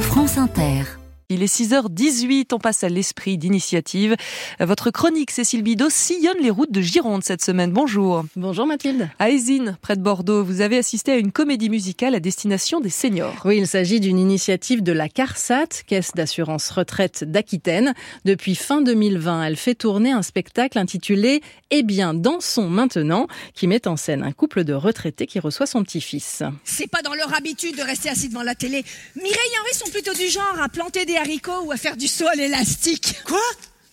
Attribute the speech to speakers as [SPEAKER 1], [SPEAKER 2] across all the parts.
[SPEAKER 1] France Inter.
[SPEAKER 2] Il est 6h18, on passe à l'esprit d'initiative. Votre chronique, Cécile Bido, sillonne les routes de Gironde cette semaine. Bonjour.
[SPEAKER 3] Bonjour Mathilde.
[SPEAKER 2] À Aisine, près de Bordeaux, vous avez assisté à une comédie musicale à destination des seniors.
[SPEAKER 3] Oui, il s'agit d'une initiative de la CARSAT, Caisse d'assurance retraite d'Aquitaine. Depuis fin 2020, elle fait tourner un spectacle intitulé Eh bien, dansons maintenant, qui met en scène un couple de retraités qui reçoit son petit-fils.
[SPEAKER 4] C'est pas dans leur habitude de rester assis devant la télé. Mireille et Henri sont plutôt du genre à planter des haricots ou à faire du saut à l'élastique.
[SPEAKER 5] Quoi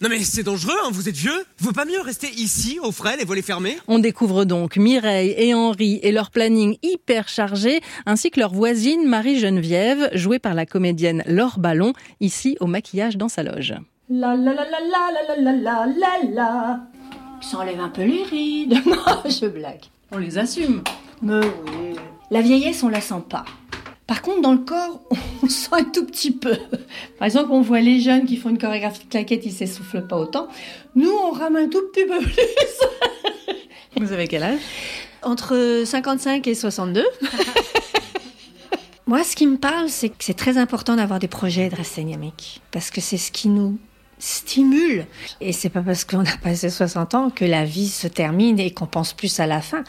[SPEAKER 5] non mais c'est dangereux, hein, vous êtes vieux. Vaut pas mieux rester ici, au frais, les volets fermés
[SPEAKER 3] On découvre donc Mireille et Henri et leur planning hyper chargé, ainsi que leur voisine Marie-Geneviève, jouée par la comédienne Laure Ballon, ici au maquillage dans sa loge.
[SPEAKER 6] La la la la la la la la la la.
[SPEAKER 7] S'enlève un peu les rides. Non, je blague.
[SPEAKER 3] On les assume.
[SPEAKER 7] Mais oui. La vieillesse, on la sent pas. Par contre, dans le corps, on sent un tout petit peu. Par exemple, on voit les jeunes qui font une chorégraphie de claquette, ils s'essoufflent pas autant. Nous, on rame un tout petit peu plus.
[SPEAKER 3] Vous avez quel âge
[SPEAKER 7] Entre 55 et 62. Moi, ce qui me parle, c'est que c'est très important d'avoir des projets et de rester dynamique. Parce que c'est ce qui nous stimule. Et c'est pas parce qu'on a passé 60 ans que la vie se termine et qu'on pense plus à la fin.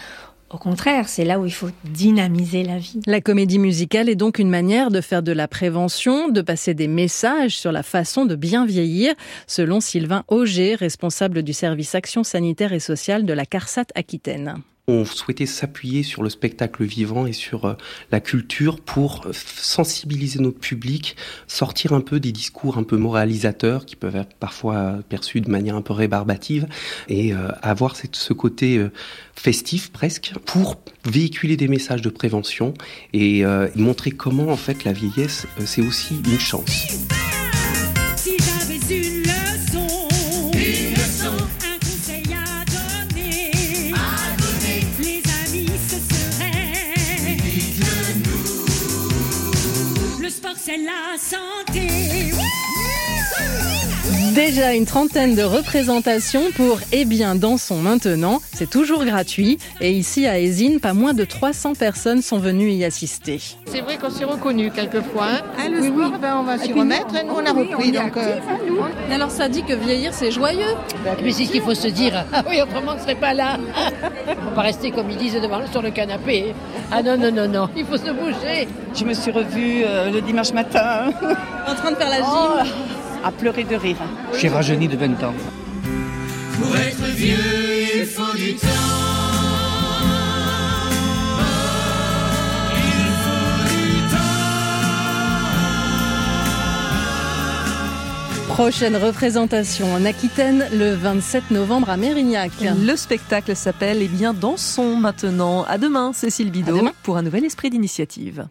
[SPEAKER 7] Au contraire, c'est là où il faut dynamiser la vie.
[SPEAKER 3] La comédie musicale est donc une manière de faire de la prévention, de passer des messages sur la façon de bien vieillir, selon Sylvain Auger, responsable du service action sanitaire et sociale de la CARSAT Aquitaine.
[SPEAKER 8] On souhaitait s'appuyer sur le spectacle vivant et sur euh, la culture pour euh, sensibiliser notre public, sortir un peu des discours un peu moralisateurs qui peuvent être parfois euh, perçus de manière un peu rébarbative et euh, avoir ce côté euh, festif presque pour véhiculer des messages de prévention et montrer comment en fait la vieillesse euh, c'est aussi une chance.
[SPEAKER 9] Si j'avais une leçon, une leçon. c'est la santé.
[SPEAKER 3] Déjà une trentaine de représentations pour Eh bien dansons maintenant. C'est toujours gratuit. Et ici à Aisine, pas moins de 300 personnes sont venues y assister.
[SPEAKER 10] C'est vrai qu'on s'est reconnus quelquefois. Hein.
[SPEAKER 11] Ah, le oui, sport, oui. Ben, on va s'y remettre. Et nous, on a oui, repris. On donc, actifs, euh...
[SPEAKER 12] nous. Et alors, ça dit que vieillir, c'est joyeux.
[SPEAKER 13] Ben, mais c'est ce qu'il faut se dire. Ah oui, autrement, on ne serait pas là. Il ne faut pas rester, comme ils disent, devant, sur le canapé. Ah non, non, non, non. Il faut se bouger.
[SPEAKER 14] Je me suis revue euh, le dimanche matin.
[SPEAKER 12] en train de faire la gym. Oh
[SPEAKER 14] à pleurer de rire.
[SPEAKER 15] J'ai rajeuni de 20 ans.
[SPEAKER 9] Pour être vieux, il faut du temps. Il faut du temps.
[SPEAKER 3] Prochaine représentation en Aquitaine le 27 novembre à Mérignac.
[SPEAKER 2] Le spectacle s'appelle Eh bien dansons maintenant. À demain, Cécile Bidot, demain. pour un nouvel esprit d'initiative.